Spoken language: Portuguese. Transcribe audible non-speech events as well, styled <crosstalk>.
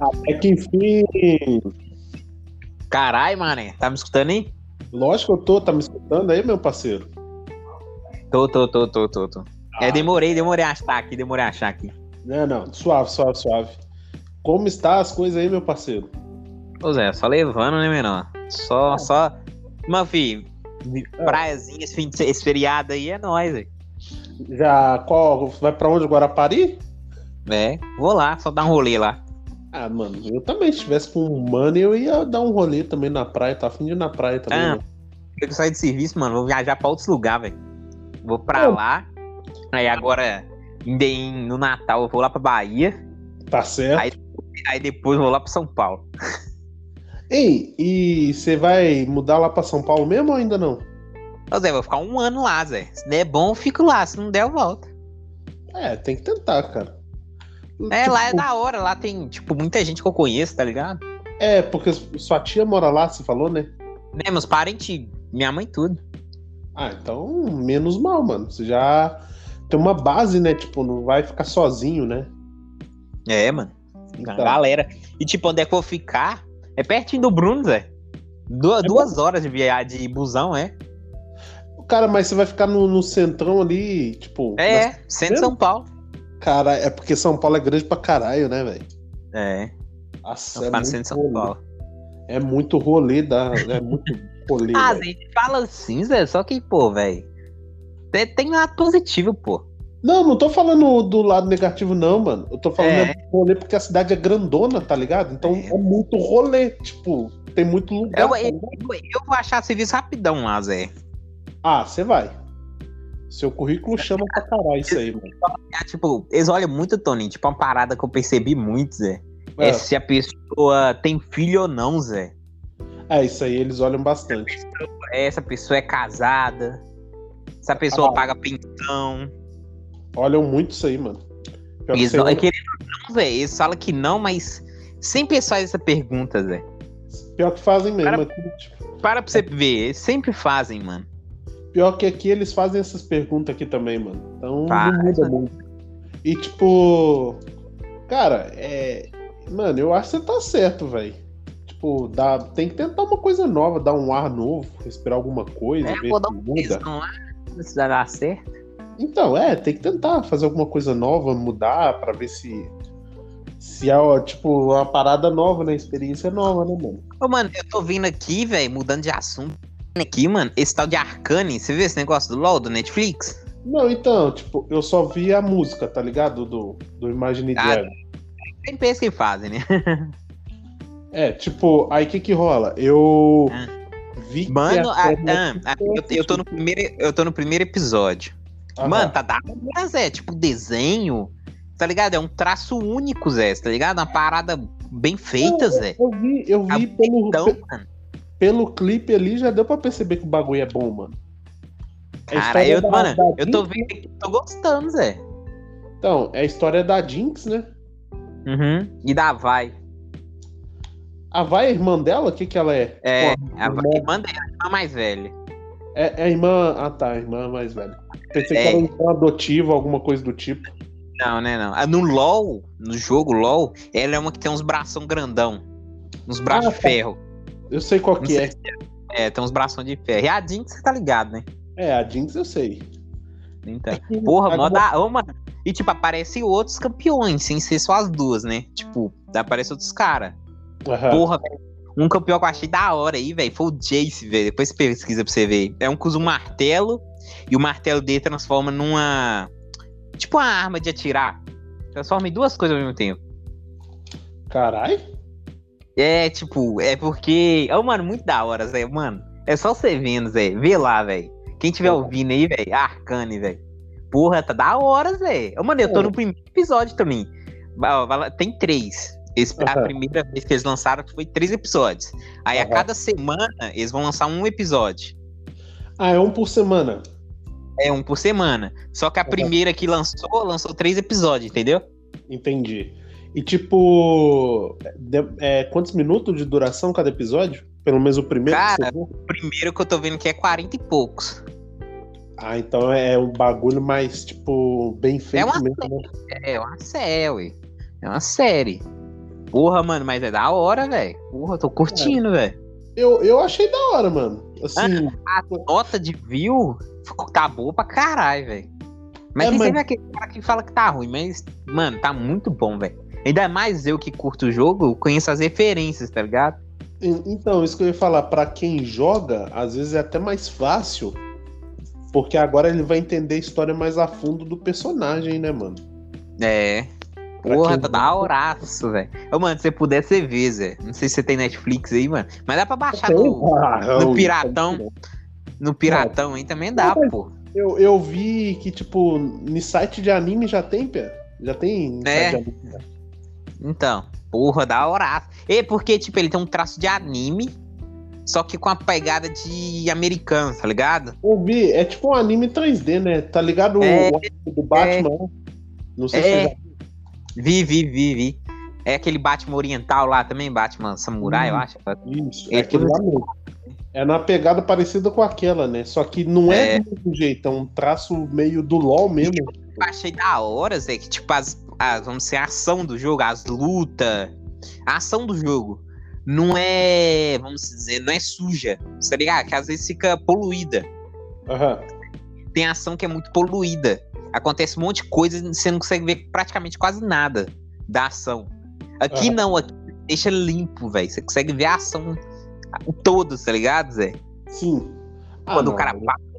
Até É que enfim. Carai, mané. Tá me escutando aí? Lógico que eu tô, tá me escutando aí, meu parceiro? Tô, tô, tô, tô, tô, tô. É, Ah. demorei, demorei a achar aqui, demorei a achar aqui. Não, Né, não, suave, suave, suave. Como está as coisas aí, meu parceiro? Ô Zé, só levando, né, menor? Só, só. Mas, fi, praiazinha, esse, fim de se- esse feriado aí é nóis, velho. Já, qual, vai pra onde, Guarapari? É, vou lá, só dar um rolê lá. Ah, mano, eu também, se tivesse com um mano, eu ia dar um rolê também na praia, tá afim de ir na praia também. Ah, né? Eu que saí de serviço, mano, vou viajar pra outros lugares, velho. Vou pra Pô. lá. Aí agora, em- em- no Natal, eu vou lá pra Bahia. Tá certo. Aí- Aí depois eu vou lá pra São Paulo. Ei, e você vai mudar lá pra São Paulo mesmo ou ainda não? Ô Zé, vou ficar um ano lá, Zé. Se der bom, eu fico lá. Se não der, eu volto. É, tem que tentar, cara. É, Tipo, lá é da hora. Lá tem, tipo, muita gente que eu conheço, tá ligado? É, porque sua tia mora lá, você falou, né? Né, meus parentes, minha mãe tudo. Ah, então menos mal, mano. Você já tem uma base, né? Tipo, não vai ficar sozinho, né? É, mano. Então, A galera. E tipo, onde é que eu vou ficar? É pertinho do Bruno, Zé. Du- É duas horas de viagem de busão, é? Cara, mas você vai ficar no, no centrão ali, tipo. mas, É, é, centro de São Paulo. cara, é porque São Paulo é grande pra caralho, né, velho? É, Nossa, eu é ficar no centro de muito, São rolê, Paulo. é muito rolê da. É <laughs> muito rolê. Ah, velho. Zé, fala assim, Zé, só que, pô, velho. Tem, tem um lado positivo, pô. Não, não tô falando do lado negativo, não, mano. Eu tô falando É. é. rolê porque a cidade é grandona, tá ligado? Então É. é, muito rolê, tipo, tem muito lugar. Eu, tá eu, ligado? eu vou achar serviço rapidão lá, Zé. Ah, você vai. Seu currículo chama pra caralho isso aí, mano. É, tipo, eles olham muito, Tony. Tipo, uma parada que eu percebi muito, Zé. É, É, se a pessoa tem filho ou não, Zé. é, isso aí eles olham bastante. É, se a pessoa é casada. Se a pessoa Ah. paga pensão. Olham muito isso aí, mano. Pior que Eles, você não- é olha- querendo ou não, Zé. Eles falam que não, mas sempre faz essa pergunta, Zé. Pior que fazem mesmo. Cara- aqui, tipo, Para pra você ver. Eles sempre fazem, mano. pior que aqui eles fazem essas perguntas aqui também, mano. Então Faz, não muda mano. muito. E tipo, cara, é. Mano, eu acho que você tá certo, velho. Tipo, dá... tem que tentar uma coisa nova, dar um ar novo, respirar alguma coisa, É, ver vou se dar Eles muda. não lá. Se dar certo. Então, é, tem que tentar fazer alguma coisa nova, mudar pra ver se se é, ó, tipo, uma parada nova, né? Experiência nova, né, mano? Ô, mano, eu tô vindo aqui, velho, mudando de assunto. Aqui, mano, esse tal de Arcane, você viu esse negócio do LOL, do Netflix? Não, então, tipo, eu só vi a música, tá ligado? Do, do Imagine Ah, Dragon. Sempre é isso que fazem, né? <laughs> É, tipo, aí o que que rola? Eu Ah. vi que Mano, a a- série- ah, ah, eu, eu tô no primeiro, eu tô no primeiro episódio. Aham. Mano, tá da hora, Zé. Tipo, desenho, tá ligado? É um traço único, Zé, tá ligado? Uma parada bem feita, Zé. Eu vi, eu vi pelo, <laughs> Então, pe- mano, pelo clipe ali, já deu pra perceber que o bagulho é bom, mano. É A cara, história eu, da- mano, da eu tô Jinx, vendo aqui, tô gostando, Zé. Então, é a história da Jinx, né? Uhum. E da Vai. A Ah, Vai, a irmã dela, o que que ela é? É, Pô, a Vai, irmã dela, a mais velha. É, é a irmã. Ah, tá, a irmã mais velha. Pensei É. que era uma irmã adotiva, alguma coisa do tipo. Não, né, não. Ah, No LOL, no jogo LOL, ela é uma que tem uns bração grandão. Uns braços Ah, de tá. ferro. Eu sei qual Não que sei é. se é. É, tem uns bração de ferro. E a Jinx, você tá ligado, né? É, a Jinx eu sei. Então. É que- Porra, mó agora- da. Ô, mano. E, tipo, aparecem outros campeões, sem ser só as duas, né? Tipo, aparecem outros caras. Aham. Porra, velho. Um campeão que eu achei da hora aí, velho, foi o Jace, velho. Depois você pesquisa pra você ver. É um que usa um martelo e o martelo dele transforma numa. Tipo, uma arma de atirar. Transforma em duas coisas ao mesmo tempo. Caralho? É, tipo, é porque. Ô, mano, muito da hora, Zé. Mano, é só você vendo, Zé. Vê lá, velho. Quem tiver ouvindo aí, velho, Arcane, velho. Porra, tá da hora, Zé. Ô, mano, eu tô Pô. no primeiro episódio também. Ó, vai lá, Tem três. Esse- A Aham. primeira vez que eles lançaram foi três episódios. Aí a Aham. cada semana eles vão lançar um episódio. Ah, é um por semana. É um por semana. Só que a Aham. primeira que lançou, lançou três episódios, entendeu? Entendi. E tipo. de- é, quantos minutos de duração cada episódio? Pelo menos o primeiro? que Cara. você viu? O primeiro que eu tô vendo que é 40 e poucos. Ah, então é um bagulho mais, tipo, bem feito É uma mesmo. né? É uma série, ué. É uma série. Porra, mano, mas é da hora, velho. Porra, tô curtindo, velho. Eu, eu achei da hora, mano. Assim, A nota de view ficou- tá boa pra caralho, velho. Mas É, tem mano. sempre aquele cara que fala que tá ruim, mas, mano, tá muito bom, velho. Ainda mais eu que curto o jogo, eu conheço as referências, tá ligado? en- então, isso que eu ia falar, pra quem joga, às vezes é até mais fácil, porque agora ele vai entender a história mais a fundo do personagem, né, mano? É. Pra Porra, quem é. gosta. tá da horaço, velho. Ô, mano, se você puder, você vê, Zé. Não sei se você tem Netflix aí, mano. Mas dá pra baixar um. no, no Piratão. no Piratão aí também dá, Não, mas- pô. Eu, eu vi que, tipo, no site de anime já tem, Pia? Já tem. em É. site de anime. Então, porra, da horaço. É porque, tipo, ele tem um traço de anime, só que com a pegada de americano, tá ligado? Eu vi, é tipo um anime 3D, né? Tá ligado o- É, o anime do Batman? Não sei se É. você já Vi, vi, vi, vi. É aquele Batman oriental lá também, Batman Samurai, eu Hum. acho. viu isso. É É, aquele tudo lá mesmo. É na pegada parecida com aquela, né? Só que não é, É. do mesmo jeito, é um traço meio do LOL mesmo. Eu achei da hora, Zé, que tipo, as, as- vamos dizer, a ação do jogo, as lutas, a ação do jogo não é, vamos dizer, não é suja, tá ligado? Que às vezes fica poluída. Aham. Tem ação que é muito poluída. Acontece um monte de coisa e você não consegue ver praticamente quase nada da ação. Aqui Aham. não, aqui deixa limpo, velho. Você consegue ver a ação o todo, tá ligado, Zé? Sim. Ah, Quando não, é o cara eu- passa